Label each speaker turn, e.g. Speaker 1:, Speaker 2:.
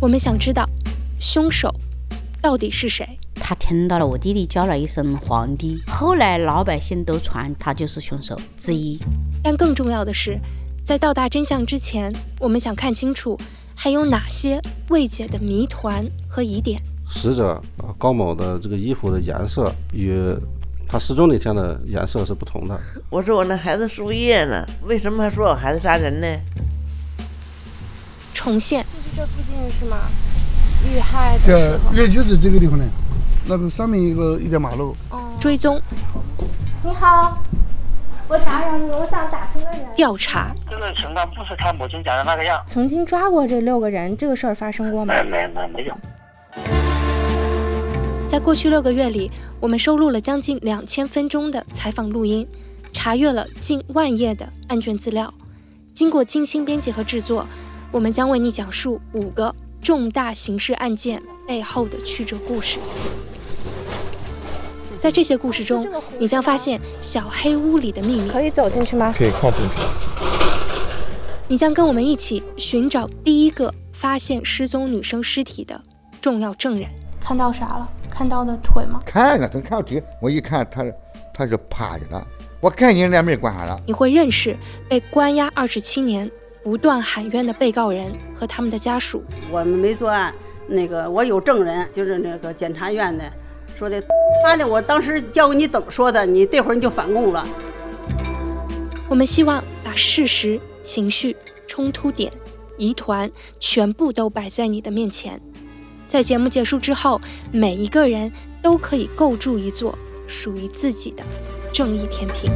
Speaker 1: 我们想知道凶手到底是谁。
Speaker 2: 他听到了我弟弟叫了一声“皇帝”，后来老百姓都传他就是凶手之一。
Speaker 1: 但更重要的是，在到达真相之前，我们想看清楚还有哪些未解的谜团和疑点。
Speaker 3: 死者啊高某的这个衣服的颜色与他失踪那天的颜色是不同的。
Speaker 4: 我说我那孩子输液呢，为什么还说我孩子杀人呢？
Speaker 1: 重现
Speaker 5: 就是这附近是吗？遇害的时
Speaker 6: 这
Speaker 5: 候，
Speaker 6: 也就是这个地方呢，那个上面一个一条马路，
Speaker 5: 哦，
Speaker 1: 追踪
Speaker 5: 你好，我打扰你，我想打听个人。
Speaker 1: 调查，
Speaker 7: 这个情况不是他母亲讲的那个样。哎
Speaker 5: 曾经抓过这六个人，这个事儿发生过吗？
Speaker 7: 没没没没有，
Speaker 1: 在过去六个月里，我们收录了将近两千分钟的采访录音，查阅了近万页的案卷资料。经过精心编辑和制作，我们将为你讲述五个重大刑事案件背后的曲折故事。
Speaker 5: 嗯
Speaker 1: 在这些故事中，你将发现小黑屋里的秘密。
Speaker 5: 可以走进去吗？
Speaker 8: 可以靠近去。
Speaker 1: 你将跟我们一起寻找第一个发现失踪女生尸体的重要证人。
Speaker 5: 看到啥了？看到的腿吗？
Speaker 9: 看啊了，等看我腿，我一看他是他是趴下了，我赶紧连门关上了。
Speaker 1: 你会认识被关押二十七年、不断喊冤的被告人和他们的家属。
Speaker 10: 我们没作案，那个我有证人，就是那个检察院的，说的妈的，我当时教给你怎么说的，你这会儿你就反供了。
Speaker 1: 我们希望把事实、情绪、冲突点、疑团全部都摆在你的面前。在节目结束之后，每一个人都可以构筑一座属于自己的正义天平。